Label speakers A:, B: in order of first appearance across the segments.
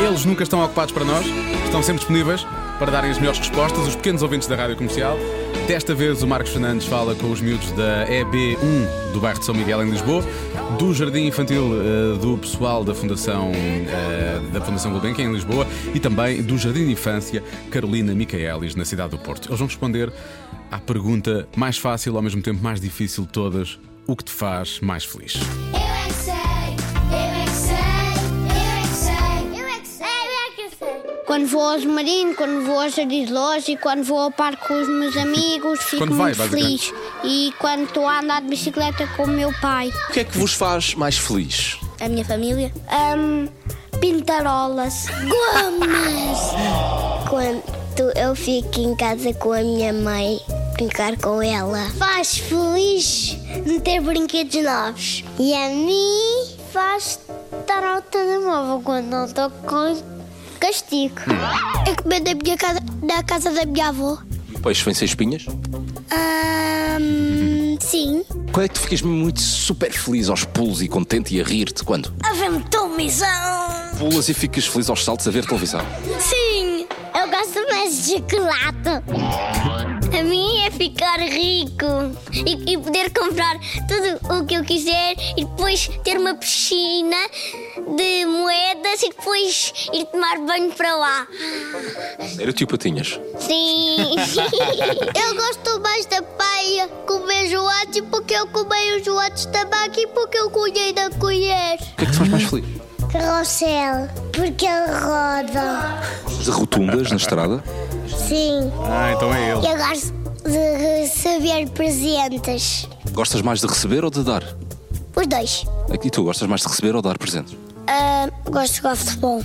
A: Eles nunca estão ocupados para nós, estão sempre disponíveis para darem as melhores respostas, os pequenos ouvintes da rádio comercial. Desta vez o Marcos Fernandes fala com os miúdos da EB1 do bairro de São Miguel, em Lisboa, do Jardim Infantil eh, do pessoal da Fundação, eh, da Fundação Gulbenkian, em Lisboa, e também do Jardim de Infância Carolina Micaelis, na cidade do Porto. Eles vão responder à pergunta mais fácil, ao mesmo tempo mais difícil de todas: o que te faz mais feliz?
B: Eu é que sei, eu é que sei, eu é que sei, eu é que sei, eu é que sei.
C: Quando vou aos marinhos, quando vou aos jardins de loja e quando vou ao parque com os meus amigos, fico
A: Quando vai,
C: muito
A: basicamente.
C: feliz. E quando estou a andar de bicicleta com o meu pai.
D: O que é que vos faz mais feliz?
C: A minha família? pintarolas. Gomas! quando eu fico em casa com a minha mãe, brincar com ela. Faz feliz de ter brinquedos novos. E a mim faz estar ao telemóvel quando não estou com castigo. Eu comer da minha casa, da casa da minha avó.
D: Pois, foi sem espinhas?
C: sim.
D: Quando é que tu ficas muito super feliz aos pulos e contente e a rir-te? Quando?
C: A ver televisão!
D: Pulas e ficas feliz aos saltos a ver televisão.
C: Sim, eu gosto mais de chocolate. A mim é ficar rico e, e poder comprar tudo o que eu quiser e depois ter uma piscina de moedas e depois ir tomar banho para lá.
D: Sério, tio Patinhas?
C: Sim. eu gosto mais da paia comer joates porque eu comei os joates de tabaco e porque eu colhei da colher.
D: O que é que te faz mais feliz?
C: Carrossel, porque ele roda.
D: De rotundas na estrada?
C: Sim.
A: Ah, então é ele.
C: Eu gosto de receber presentes.
D: Gostas mais de receber ou de dar?
C: Os dois. Ah,
D: E tu, gostas mais de receber ou dar presentes?
C: gosto de jogar futebol.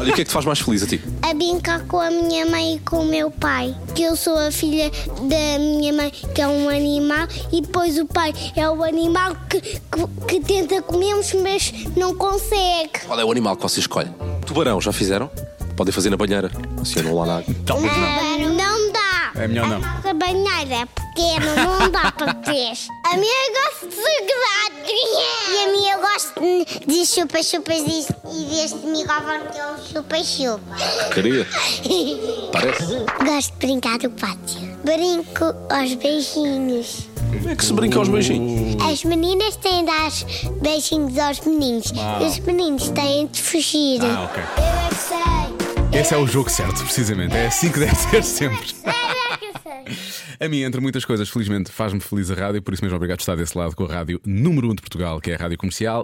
D: Olha, o que é que te faz mais feliz a ti?
C: A brincar com a minha mãe e com o meu pai. Que eu sou a filha da minha mãe, que é um animal, e depois o pai é o animal que, que, que tenta comermos, mas não consegue.
D: Qual é o animal que você escolhe? Tubarão, já fizeram? Podem fazer na banheira. Assim, eu não lá nada.
A: Talvez não.
C: É, Não dá.
A: É melhor não.
C: A banheira é pequena, não dá para três. A minha eu gosto de grado. E a minha eu gosto de chupa-chupas e, e deste microfone que é um chupa-chupa.
D: Queria? Parece.
C: gosto de brincar do pátio. Brinco aos beijinhos.
D: Como é que se brinca aos beijinhos?
A: Hum.
C: As meninas têm de dar beijinhos aos meninos. E os meninos têm de fugir.
A: Ah, ok.
B: Eu é que sei.
A: Esse é o jogo certo, precisamente. É assim que deve ser sempre.
B: Eu é que sei.
A: A mim, entre muitas coisas, felizmente faz-me feliz a rádio, por isso mesmo obrigado por estar desse lado com a rádio número 1 um de Portugal, que é a Rádio Comercial.